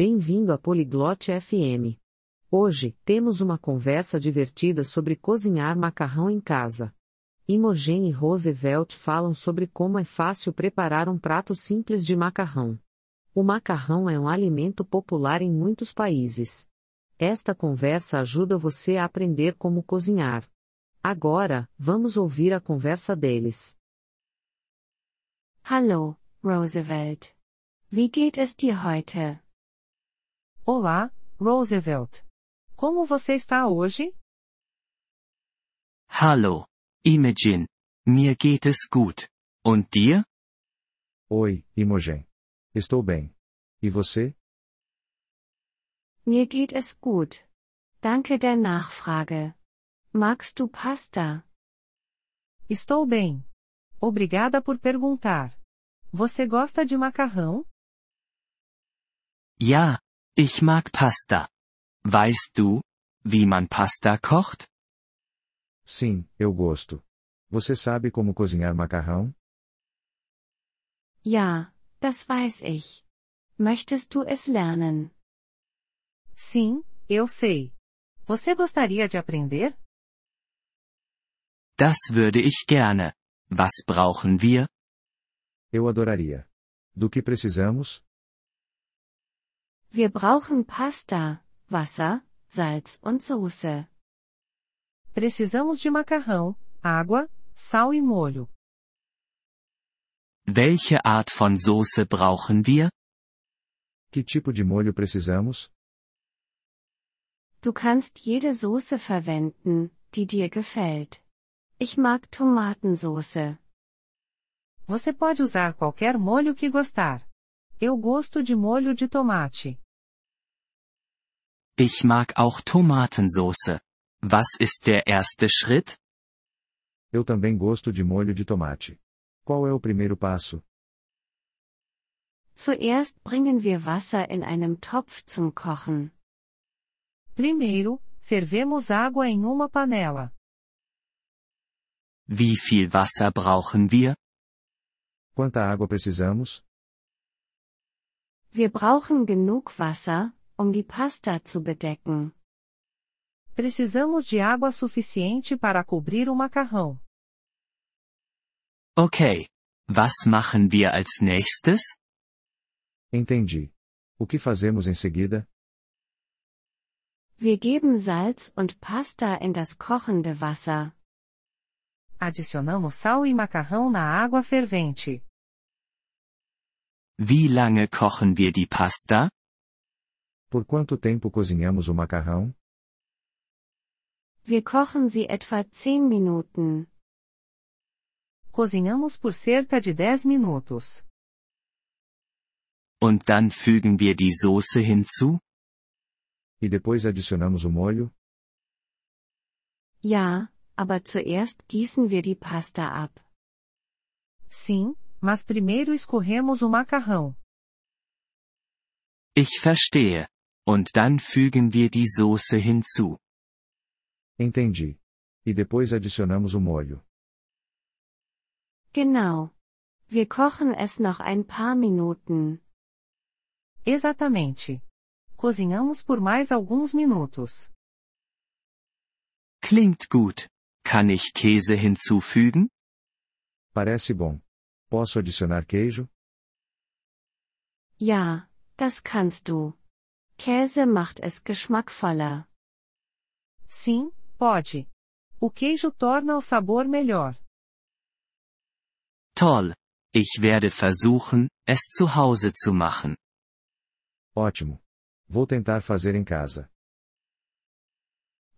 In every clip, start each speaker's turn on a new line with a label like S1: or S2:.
S1: Bem-vindo à Poliglote FM. Hoje, temos uma conversa divertida sobre cozinhar macarrão em casa. Imogen e Roosevelt falam sobre como é fácil preparar um prato simples de macarrão. O macarrão é um alimento popular em muitos países. Esta conversa ajuda você a aprender como cozinhar. Agora, vamos ouvir a conversa deles.
S2: Hallo, Roosevelt. Wie geht es dir heute?
S3: Olá, Roosevelt. Como você está hoje?
S4: Hallo, Imogen. Mir geht es gut. Und dir?
S5: Oi, Imogen. Estou bem. E você?
S2: Mir geht es gut. Danke der Nachfrage. Magst du Pasta?
S3: Estou bem. Obrigada por perguntar. Você gosta de macarrão?
S4: Ja, ich mag Pasta. Weißt du, wie man Pasta kocht?
S5: Sim, eu gosto. Você sabe como cozinhar macarrão?
S2: Ja, das weiß ich. Möchtest du es lernen?
S3: Sim, eu sei. Você gostaria de aprender?
S4: Das würde ich gerne. Was brauchen wir?
S5: Eu adoraria. Do que precisamos?
S2: Wir brauchen Pasta, Wasser, Salz und Soße.
S3: Precisamos de macarrão, água, sal e molho.
S4: Welche Art von Soße brauchen wir?
S5: Que tipo de molho precisamos?
S2: Du kannst jede Soße verwenden, die dir gefällt. Ich mag Tomatensoße.
S3: Você pode usar qualquer molho que gostar. Eu gosto de molho de tomate.
S4: Ich mag auch Tomatensoße. Was ist der erste Schritt?
S5: Eu também gosto de molho de tomate. Qual é o primeiro passo?
S2: Zuerst bringen wir Wasser in einem Topf zum Kochen.
S3: Primeiro, fervemos água em uma panela.
S4: Wie viel Wasser brauchen wir?
S5: Quanta água precisamos?
S2: Wir brauchen genug Wasser, um die Pasta zu bedecken.
S3: Precisamos de água suficiente para cobrir o macarrão.
S4: Okay. Was machen wir als nächstes?
S5: Entendi. O que fazemos em seguida?
S2: Wir geben Salz und Pasta in das kochende Wasser.
S3: Adicionamos sal e macarrão na água fervente.
S4: Wie lange kochen wir die Pasta?
S5: Por quanto tempo cozinhamos o macarrão?
S2: Wir kochen sie etwa 10 Minuten.
S3: Cozinhamos por cerca de 10 minutos.
S4: Und dann fügen wir die Soße hinzu?
S5: E depois adicionamos o molho?
S2: Ja, aber zuerst gießen wir die Pasta ab.
S3: Sim, mas primeiro escorremos o macarrão.
S4: Ich verstehe. Und dann fügen wir die Soße hinzu.
S5: Entendi. E depois adicionamos o molho.
S2: Genau. Wir kochen es noch ein paar Minuten.
S3: Exatamente. Cozinhamos por mais alguns minutos.
S4: Klingt gut. Kann ich Käse hinzufügen?
S5: Parece bom. Posso adicionar queijo?
S2: Ja, das kannst du. Käse macht es geschmackvoller.
S3: Sim, pode. O queijo torna o sabor melhor.
S4: Toll. Ich werde versuchen, es zu Hause zu machen.
S5: Ótimo. Vou tentar fazer em casa.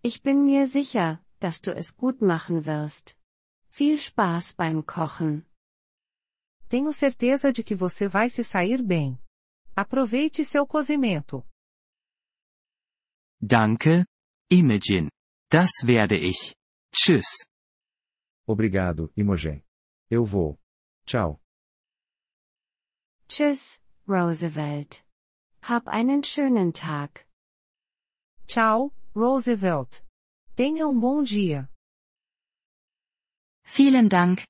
S2: Ich bin mir sicher, dass du es gut machen wirst. Viel Spaß beim Kochen.
S3: Tenho certeza de que você vai se sair bem. Aproveite seu cozimento.
S4: Danke, Imogen. Das werde ich. Tschüss.
S5: Obrigado, Imogen. Eu vou. Tchau.
S2: Tschüss, Roosevelt. Hab einen schönen Tag.
S3: Tchau, Roosevelt. Tenha um bom dia.
S6: Vielen Dank,